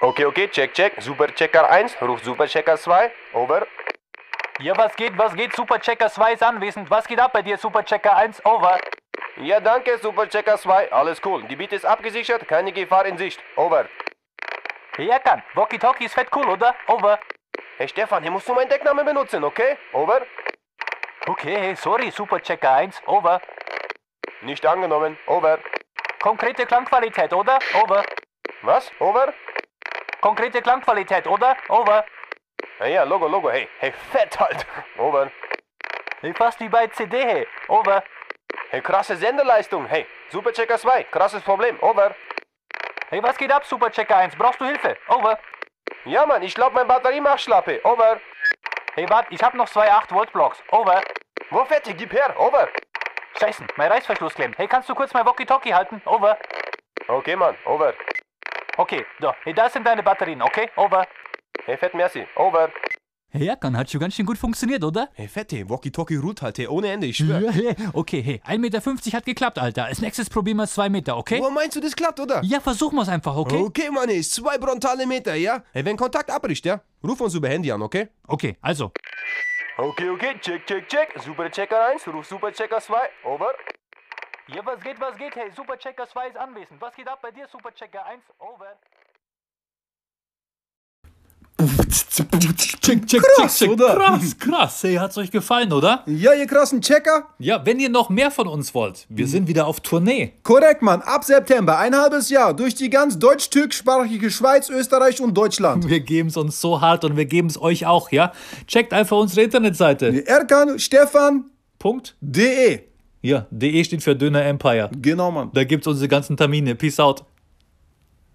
Okay, okay, check, check. Superchecker 1 ruft Superchecker 2. Over. Ja, was geht, was geht? Superchecker 2 ist anwesend. Was geht ab bei dir, Superchecker 1? Over. Ja, danke, Superchecker 2. Alles cool. Die Bitte ist abgesichert. Keine Gefahr in Sicht. Over. Ja, kann. Walkie-Talkie ist fett cool, oder? Over. Hey, Stefan, hier musst du meinen Decknamen benutzen, okay? Over. Okay, hey, sorry, Superchecker 1. Over. Nicht angenommen. Over. Konkrete Klangqualität, oder? Over. Was? Over? Konkrete Klangqualität, oder? Over. Ja, ja, Logo, Logo. Hey, hey, fett halt. Over. Hey, fast wie bei CD, hey. Over. Hey, krasse Sendeleistung. Hey, Superchecker 2. Krasses Problem. Over. Hey, was geht ab, Superchecker 1? Brauchst du Hilfe? Over. Ja, Mann, ich glaub, mein Batterie macht Schlappe. Over. Hey, warte, ich hab noch zwei 8-Volt-Blocks. Over. Wo fette? Gib her. Over. Scheiße, mein Reißverschluss klemmt. Hey, kannst du kurz mein Walkie-Talkie halten? Over. Okay, Mann. Over. Okay, so. Hey, das sind deine Batterien, okay? Over. Hey, fett merci. Over. Hey, Erkan, hat schon ganz schön gut funktioniert, oder? Hey, Fette, Walkie-Talkie ruht halt, hey, ohne Ende, ich schwör. okay, hey, 1,50 Meter hat geklappt, Alter. Als nächstes probieren wir 2 Meter, okay? Wo meinst du, das klappt, oder? Ja, versuchen wir's einfach, okay? Oh. Okay, Mann, ist zwei frontale Meter, ja? Hey, wenn Kontakt abbricht, ja? Ruf uns über Handy an, okay? Okay, also. Okay, okay, check, check, check. Superchecker 1 ruft Superchecker 2. Over. Ja, was geht, was geht, hey? Superchecker 2 ist anwesend. Was geht ab bei dir, Superchecker 1? Over. Check, check, Krass, check, Hm. check. oder? Krass, krass. Hey, hat's euch gefallen, oder? Ja, ihr krassen Checker. Ja, wenn ihr noch mehr von uns wollt, wir sind wieder auf Tournee. Korrekt, Mann. Ab September, ein halbes Jahr, durch die ganz deutsch-türkischsprachige Schweiz, Österreich und Deutschland. Wir geben's uns so hart und wir geben's euch auch, ja? Checkt einfach unsere Internetseite. Erkan Stefan Punkt. DE. Ja, de steht für Döner Empire. Genau, Mann. Da gibt's unsere ganzen Termine. Peace out.